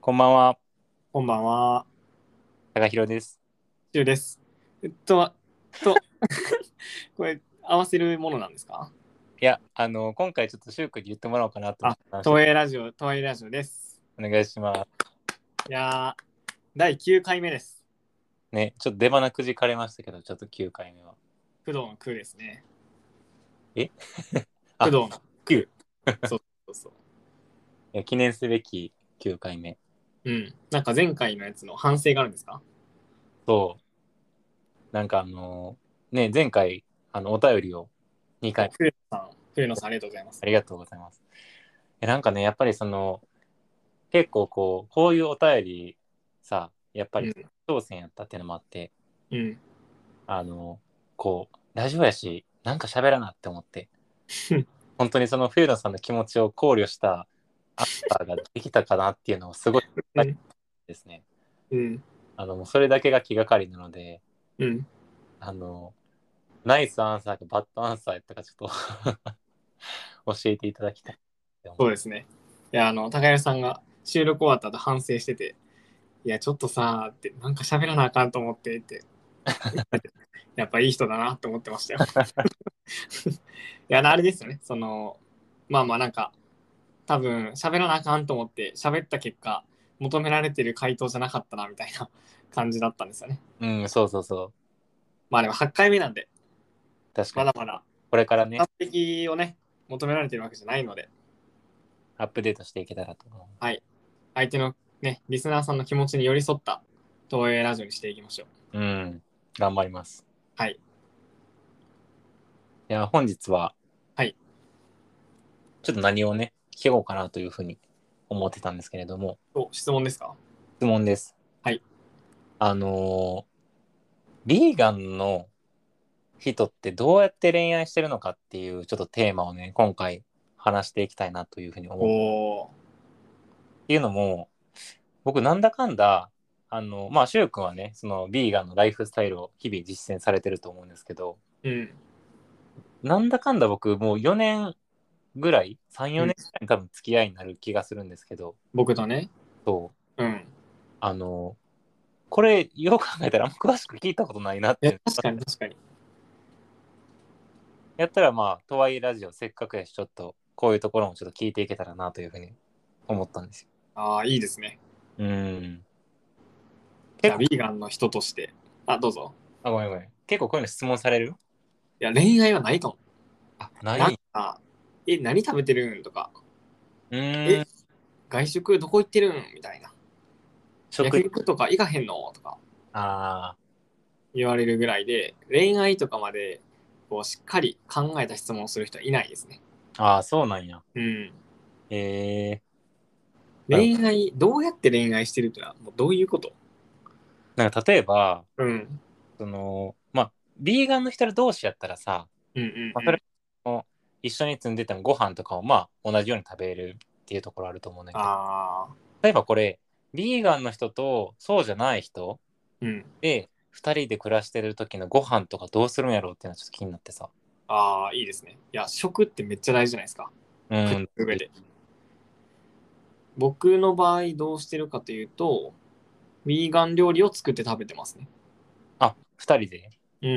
こんばんは、こんばんは、高弘です。しゅうです。えっと、と、 これ、合わせるものなんですかいや、あの、今回ちょっとシュウ君に言ってもらおうかなと思ってました東映ラジオ、東映ラジオです。お願いします。いやー、第9回目です。ね、ちょっと出花くじかれましたけど、ちょっと9回目は。工藤の空ですね。え工藤の空。そうそうそいや記念すべき9回目。う。うん。なんか前回のやつの反省があるんですかそう。なんかあの、ね、前回、あの、お便りを2回、冬野さん、冬野さんありがとうございますあ。りがとうございます。えなんかね、やっぱりその、結構こう、こういうお便りさ、やっぱり挑戦やったっていうのもあって、うん。あの、こう、ラジオやし、なんか喋らなって思 ってうん、本当にその冬野さんの気持ちを考慮したアンサーができたかなっていうのをすごいうんですね。うん。あの、もうそれだけが気がかりなので、うん。あの、ナイスアンサーかバッドアンサーやったかちょっと 教えていただきたい。そうですね。いや、あの、高谷さんが収録終わった後反省してて、いや、ちょっとさーって、なんか喋らなあかんと思ってって、やっぱいい人だなと思ってましたよ。 いや、あれですよね。その、まあまあなんか、多分喋らなあかんと思って喋った結果、求められてる回答じゃなかったなみたいな 感じだったんですよね。うん、そうそうそう。まあでも8回目なんで、確かまにだ。まだこれからね完、璧をね、求められてるわけじゃないので、アップデートしていけたらと思相手のね、リスナーさんの気持ちに寄り添った東映ラジオにしていきましょう。う。うん、頑張ります。はい。いや、本日は、はい。ちょっと何をね、聞こうかなというふうに思ってたんですけれども、お、質問ですか質問です。はい。あのービーガンの人ってどうやって恋愛してるのかっていうちょっとテーマをね、今回話していきたいなというふうに思う。っおーていうのも、僕なんだかんだ、あの、まあ、しゅうくんはね、そのビーガンのライフスタイルを日々実践されてると思うんですけど、うん。なんだかんだ僕もう4年ぐらい34うん年ぐらいに多分付き合いになる気がするんですけど、僕とね。そううん。あのこれよく考えたらあんま詳しく聞いたことないなっいやて確かに確かに。やったらまあとはいえラジオせっかくやしちょっとこういうところもちょっと聞いていけたらなというふうに思ったんですよ。ああ、いいですね。うんじ結ゃ構あ、ビーガンの人として。あ、どうぞ。あごめんごめん結構こういうの質問されるいや、恋愛はないかも。あななんいか、え、何食べてるんとか、うーんえ外食どこ行ってるんみたいな。食焼事肉とか行かへんのとかあ言われるぐらいで、恋愛とかまで、こう、しっかり考えた質問をする人はいないですね。ーあーそうなんや。うん。えー、恋愛、どうやって恋愛してるってのは、もうどういうことなんか例えばうん。そのまあビーガンの人同士やったらさ、うんうん、まあそれ一緒に住んでてもご飯とかをまあ同じように食べれるっていうところあると思うんだけどああ。例えばこれビーガンの人とそうじゃない人うん。で2人で暮らしてる時のご飯とかどうするんやろうっていうのはちょっと気になってさああ、いいですね。いや、食ってめっちゃ大事じゃないですか。う食んう上で。僕の場合、どうしてるかというと、ヴィーガン料理を作って食べてますね。あ二2人でうん。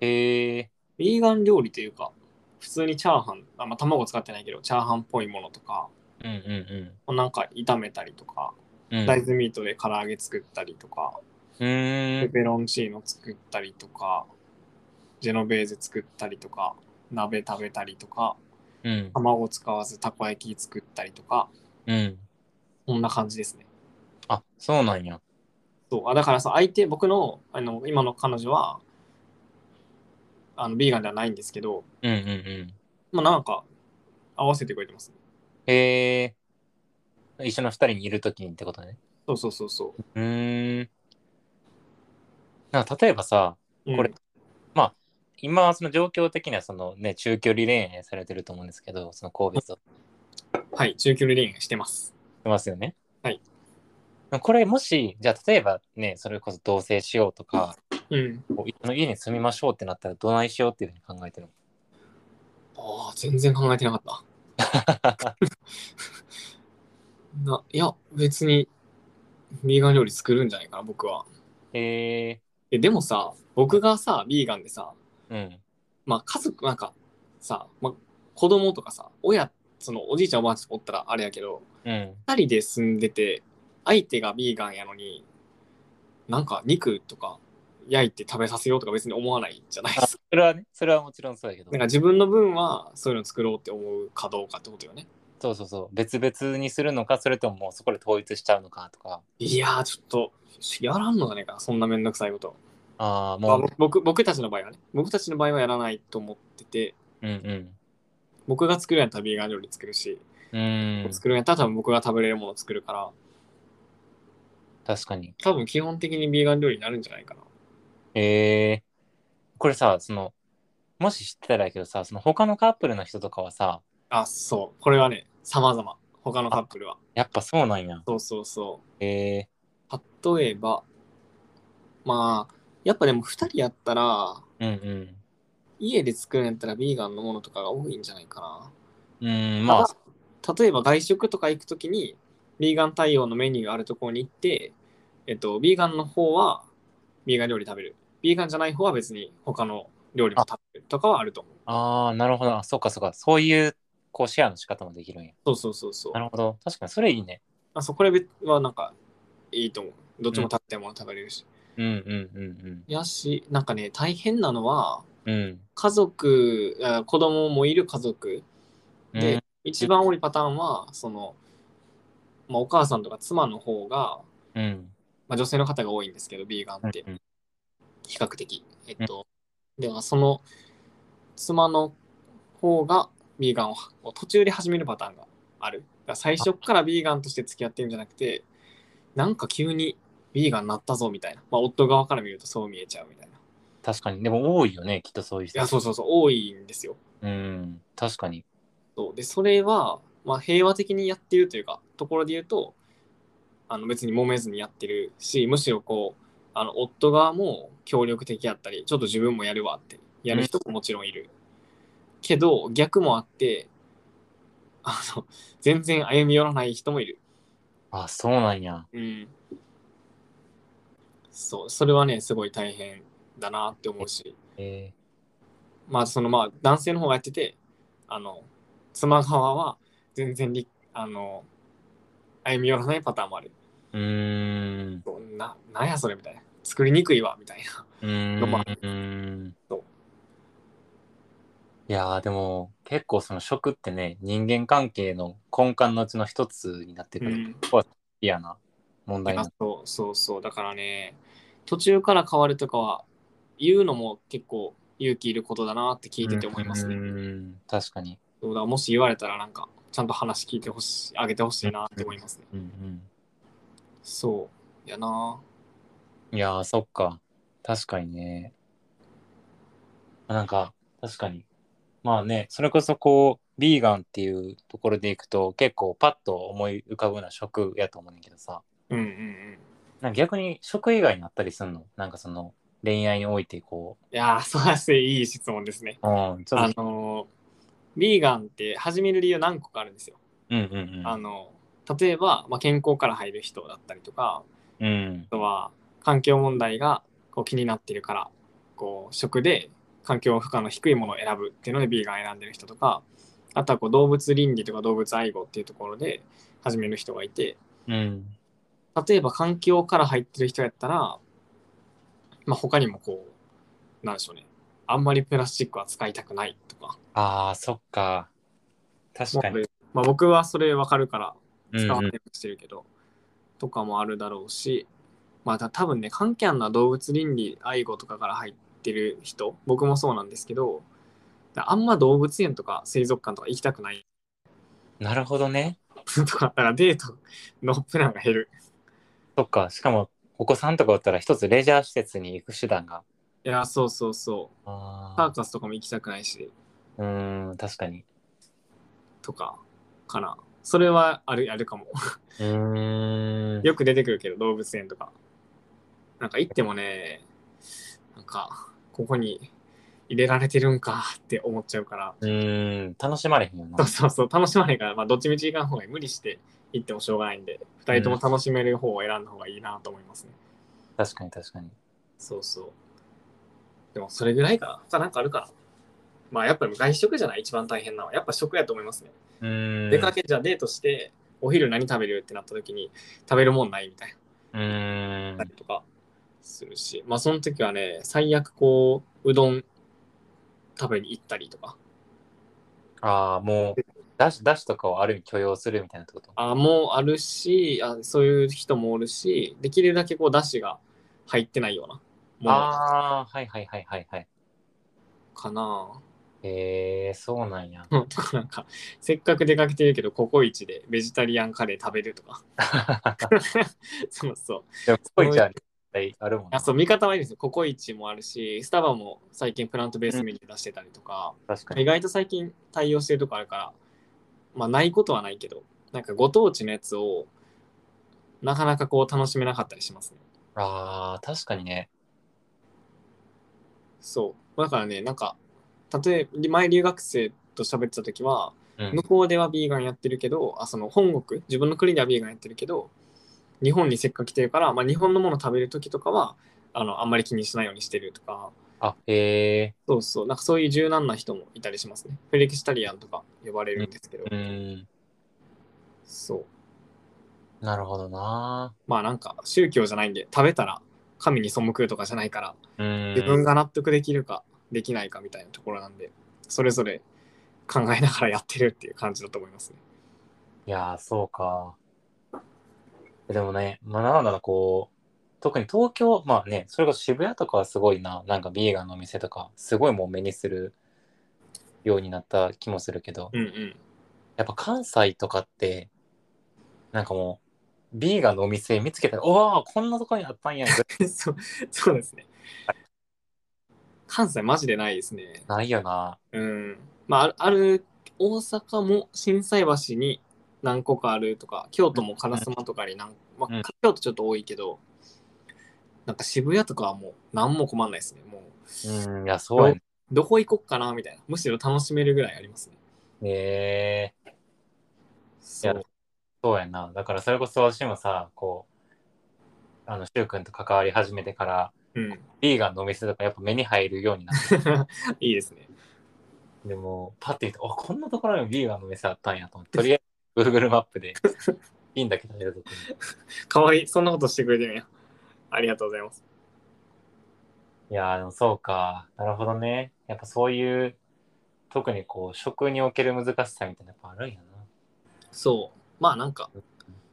へえヴィーガン料理というか、普通にチャーハン、あまあ、卵使ってないけど、チャーハンっぽいものとか、うんうんなんか炒めたりとか、うんうん大豆ミートで唐揚げ作ったりとか、うーペんペロンチーノ作ったりとか、ジェノベーゼ作ったりとか、鍋食べたりとか、うん卵使わずたこ焼き作ったりとか、うんこんな感じですね。あそうなんやそうあだからさ、相手、僕のあの今の彼女は、あのビーガンではないんですけど、うんうんうんまあ、なんか合わせてくれてます。へえ一緒の2人にいる時にってことねそうそうそうそう。うーんなんか例えばさうんこれ今はその状況的にはそのね中距離恋愛されてると思うんですけどその神戸とはい、中距離恋愛してます。ますよねはいこれもしじゃあ例えばねそれこそ同棲しようとかうん。こう一緒の家に住みましょうってなったらどないしようっていうふうに考えてるああ、全然考えてなかった。ないや、別にビーガン料理作るんじゃないかな、僕は。ええ、でもさ、僕がさ、ビーガンでさ、ー、うん。まあ家族、なんかさ、まあ子供とかさ、親、そのおじいちゃんおばあちゃんおったらあれやけど、うん。二人で住んでて、相手がビーガンやのに、なんか肉とか焼いて食べさせようとか別に思わないじゃないであすか。それはね、それはもちろんそうやけどなん。か自分の分はそういうの作ろうって思うかどうかってことよね。そうそうそう。別々にするのか、それとももうそこで統一しちゃうのかとか。いやー、ちょっと、やらんのじゃねえかな、そんなめんどくさいこと。ああ、まあもう、僕僕たちの場合はね、僕たちの場合はやらないと思ってて、うんうん。僕が作るんやったらビーガン料理作るし、うん、作るんやったら多分僕が食べれるもの作るから、確かに。多分基本的にビーガン料理になるんじゃないかな。えー、これさ、その、もし知ってたらやけどさ、その他のカップルの人とかはさ、あ、そう。これはね、様々。他のカップルは。やっぱそうなんや。そうそうそえう。例えば、まあ、やっぱでも2人やったら、ー、うん家で作るんやったらビーガンのものとかが多いんじゃないかな。うん。うん、まあ、ただ例えば外食とか行くときに、ビーガン対応のメニューがあるところに行って、えっと、ビーガンの方は、ビーガン料理食べる。ビーガンじゃない方は別に他の料理も食べるとかはあると思う。ああ、なるほど。あそっかそっか。そういう、こう、シェアの仕方もできるんや。そうそうそうそうな。るほど。確かに、それいいね。あそうこれはなんかいいと思う。どっちも食べたいもの食べれるし。うんうんうんやし、なんかね、大変なのは、うん。うん。家族、あ子供もいる家族うんで、一番多いパターンは、その、まあ、お母さんとか妻の方が、うん。まあ、女性の方が多いんですけど、ビーガンってう、ん比較的。えっと、では、その、妻の方がビーガンをを途中で始めるパターンがある。だから最初からビーガンとして付き合ってるんじゃなくて、なんか急にビーガンになったぞみたいな。まあ、夫側から見るとそう見えちゃうみたいな。い確かに。でも多いよね、きっとそういう人。や、そうそうそう、多いんですよ。うん。確かに。そうでそれは、まあ、平和的にやってるというかところで言うとあの別に揉めずにやってるしむしろこうあの夫側も協力的やったりちょっと自分もやるわってやる人ももちろんいる、けど逆もあってあの全然歩み寄らない人もいるあ、そうなんや。うんそうそれはねすごい大変だなって思うしえまあそのまあ男性の方がやっててあの妻側は全然りあの歩み寄らないパターンもあるー、うーん。そうななんやそれみたいな作りにくいわみたいなうーんロマンうーんそういやーでも結構その食ってね人間関係の根幹のうちの一つになってくる、うん嫌な問題あなそうそうそうだからね途中から変わるとかは言うのも結構勇気いることだなって聞いてて思いますね、うーん確かに、そうだもし言われたらなんかちゃんと話聞いてほしいあげてほしいなって思いますね、うんそうやなうん、いやーそっか確かにねなんか確かにまあねそれこそこうビーガンっていうところでいくと結構パッと思い浮かぶのは食やと思うねんだけどさ、うんうんうんなんか逆に職以外になったりするのなんかその恋愛においてこいやーそうですねいい質問ですねう。うん、ちょあっと。のービーガンって始める理由何個かあるんですよ。うんうんあの例えば、まあ、健康から入る人だったりとかうん。うんあ。とは環境問題がこう気になってるからこう食で環境負荷の低いものを選ぶっていうのでビーガン選んでる人とかあとはこう動物倫理とか動物愛護っていうところで始める人がいてうん。例えば環境から入ってる人やったら、まあ、他にもこうなんでしょうねあんまりプラスチックは使いたくないとかああ、そっか。確かに。まあ、僕はそれ分かるからうん使わうなんいようにしてるけど、とかもあるだろうし、まあ、た多分ね関係あるのは動物倫理愛護とかから入ってる人僕もそうなんですけどあんま動物園とか水族館とか行きたくないなるほどね。とか だからデートのプランが減るそっか。しかも、お子さんとかおったら一つレジャー施設に行く手段が。いやそうそうそうサーあカスとかも行きたくないしあ。うん、確かに。とかかなそれはあるあるかもうーん。よく出てくるけど動物園とかなんか行ってもねなんかここに入れられてるんかって思っちゃうからうーん、楽しまれへんよなそう。そうそう、楽しまないから、まあ、どっちみち行かん方がいい無理して行ってもしょうがないんで、二人とも楽しめる方を選んだ方がいいなと思いますね。確かに確かに。そうそう。でもそれぐらいかな。他なんかあるかな。まあやっぱり外食じゃない一番大変なのは。やっぱ食やと思いますね。うーん。出かけじゃデートして、お昼何食べるってなった時に食べるもんないみたいな。うーんた。りとかするし、まあその時はね、最悪こう、うどん食べに行ったりとか、ああ、もう、ダッシュ、ダッシュとかをある意味許容するみたいなってこと。あもあるしあ、そういう人もおるし、できるだけこう、だしが入ってないようなものああ、はいはいはいはいはい。かな。 えー、そうなんや。うんとかなんか、せっかく出かけてるけど、ココイチでベジタリアンカレー食べるとか。 そうそう。 でも、こいちゃん、絶対あるもんねあ。そう、見方はいいですよ。ココイチもあるし、スタバも最近プラントベースメニュー出してたりとか、確か意に。外と最近対応してるとこあるから、まあないことはないけど、なんかご当地のやつをなかなかこう楽しめなかったりしますね。ああ、確かにね。そう。だからね、なんか、例えば前留学生と喋ってた時は、うん向。こうではビーガンやってるけど、あ、その本国、自分の国ではビーガンやってるけど、日本にせっかく来てるから、まあ日本のもの食べる時とかは、あの、あんまり気にしないようにしてるとか、あ、えそうそう、なんかそういう柔軟な人もいたりしますね。フレキシタリアンとか呼ばれるんですけど、ー、うーん。そう。なるほどな。まあなんか宗教じゃないんで食べたら神に背くとかじゃないからうーん。自分が納得できるかできないかみたいなところなんでそれぞれ考えながらやってるっていう感じだと思いますね。いやー、そうか。でもね、まあ、なんだろう、こう、特に東京、まあね、それこそ渋谷とかはすごいな、なんかビーガンのお店とか、すごいもう目にするようになった気もするけど、うんうん。やっぱ関西とかって、なんかもう、ビーガンのお店見つけたら、おお、こんなとこにあったんや、ぐらい そうそうですね。関西マジでないですね。ないよな。うん。まああるある大阪も心斎橋に何個かあるとか京都も烏丸とかに何、まうんあ、京都ちょっと多いけどなんか渋谷とかはもう何も困んないですね。もううん、いや、そうやね。どこ行こっかなみたいな。むしろ楽しめるぐらいありますね。えー、そいやそうやな。だからそれこそ私もさ、こう、あの、しゅうくんと関わり始めてから、うん。 ビーガンのお店とかやっぱ目に入るようになっていいですね。でも、パッて見て、あ、こんなところにビーガンの店あったんやと思って、とりあえず Google マップで、いいんだけど、とこにかわいい。そんなことしてくれてるんや。ありがとうございます。いやー、でもそうか。なるほどね。やっぱそういう、特にこう、食における難しさみたいなのやっぱあるんやそう。まあなんか、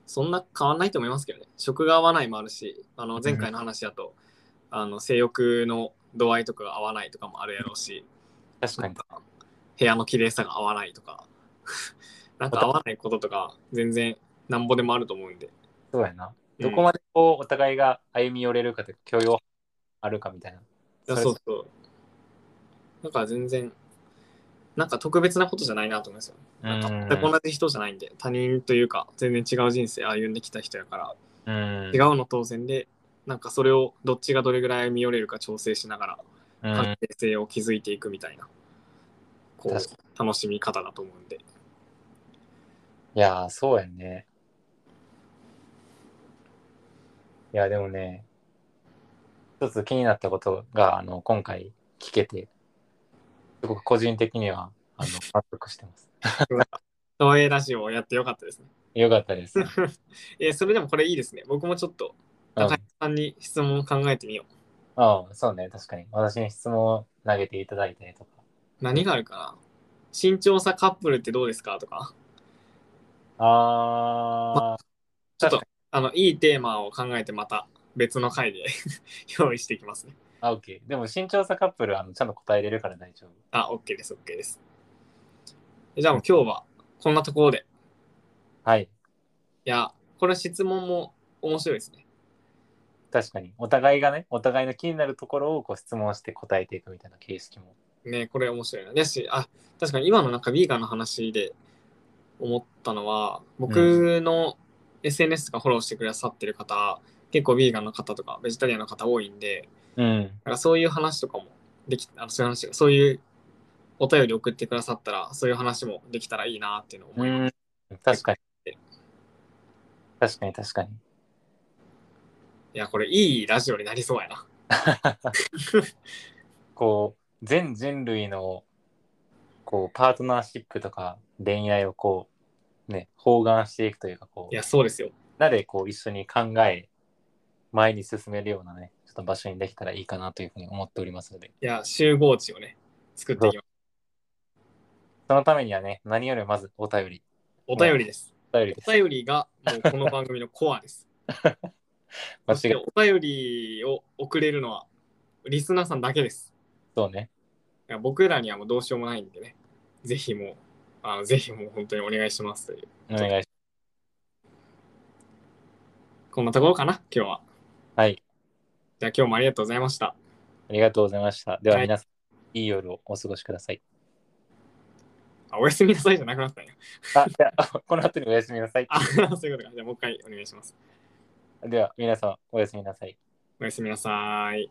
そんな変わんないと思いますけどね。食が合わないもあるし、あの前回の話だと、あの性欲の度合いとかが合わないとかもあるやろうし、な。確かなにん。か部屋の綺麗さが合わないとか、 なんか合わないこととか全然なんぼでもあると思うんで。そうやな。うんどこまでこう、お互いが歩み寄れるかというか、許容あるかみたいな。いやれそうそう。だから全然、なんか特別なことじゃないなと思いますよ。なんか全く同じ人じゃないんで、他人というか、全然違う人生歩んできた人やから、うん。違うの当然で、なんかそれをどっちがどれぐらい歩み寄れるか調整しながうら、ん。関係性を築いていくみたいな、こ確かう、楽しみ方だと思うんで。いやー、そうやんね。いや、でもね、一つ気になったことが、あの、今回聞けて、すごく個人的には、あの、納得してます。東映ラジオをやってよかったですね。よかった です。えそれでもこれいいですね。僕もちょっと、うん、高あ井さんに質問を考えてみよう。あそうね、確かに。私に質問を投げていただいたりとか。何があるかな身長差カップルってどうですかとか。あちょっと、あの、いいテーマを考えて、また別の回で 用意していきますね。ー、あ、OK。でも、身長差カップル、あの、ちゃんと答えれるから大丈夫。あ、OK です、OK です。じゃあもう今日はこんなところで。はい。いや、これ質問も面白いですね。確かに。お互いがね、お互いの気になるところをこう質問して答えていくみたいな形式も。ね、これ面白いな。だし、あ、確かに今のなんかビーガンの話で思ったのは、僕の SNS とかフォローしてくださってる方、結構ビーガンの方とかベジタリアンの方多いんで、うん。なんかそういう話とかもできあのそういう話そういうお便り送ってくださったらそういう話もできたらいいなっていうのを思います。うん、確かに。確かに確かに。いや、これいいラジオになりそうやな。こう、全人類の、こう、パートナーシップとか恋愛をこう、ね、包含していくというか、こ、いうや、そうですよ。なでこう、一緒に考え、前に進めるようなね、ちょっと場所にできたらいいかなというふうに思っておりますので、いや、集合地をね、作っていきます。そのためにはね、何よりまずお便り、お便りです。お便りですお。便りがもうこの番組のコアです。 間そし違いてお便りを送れるのはリスナーさんだけです。そうね。いや僕らにはもうどうしようもないんでね。ぜひもう、あのぜひもう本当にお願いしますという。お願いします。こんなところかな、今日は。はい。じゃあ今日もありがとうございました。ありがとうございました。でははい皆さん、い、い夜をお過ごしください。あ、おやすみなさいじゃなくなったね。あ、じゃあ この後におやすみなさい。あ、そういうことか。じゃあもう一回お願いします。では皆さん、おやすみなさい。おやすみなさい。